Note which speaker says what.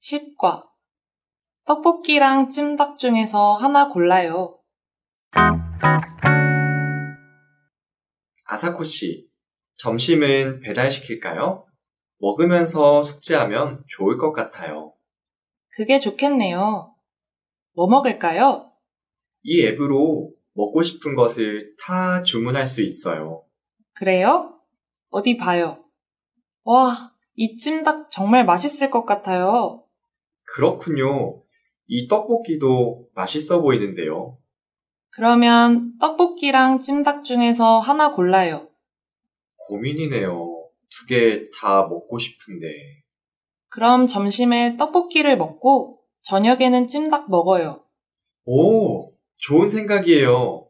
Speaker 1: 10과 떡볶이랑 찜닭 중에서 하나 골라요.
Speaker 2: 아사코 씨, 점심은 배달시킬까요? 먹으면서 숙제하면 좋을 것 같아요.
Speaker 1: 그게 좋겠네요. 뭐 먹을까요?
Speaker 2: 이 앱으로 먹고 싶은 것을 다 주문할 수 있어요.
Speaker 1: 그래요? 어디 봐요. 와, 이 찜닭 정말 맛있을 것 같아요.
Speaker 2: 그렇군요. 이 떡볶이도 맛있어 보이는데요.
Speaker 1: 그러면 떡볶이랑 찜닭 중에서 하나 골라요.
Speaker 2: 고민이네요. 두 개 다 먹고 싶은데.
Speaker 1: 그럼 점심에 떡볶이를 먹고 저녁에는 찜닭 먹어요.
Speaker 2: 오, 좋은 생각이에요.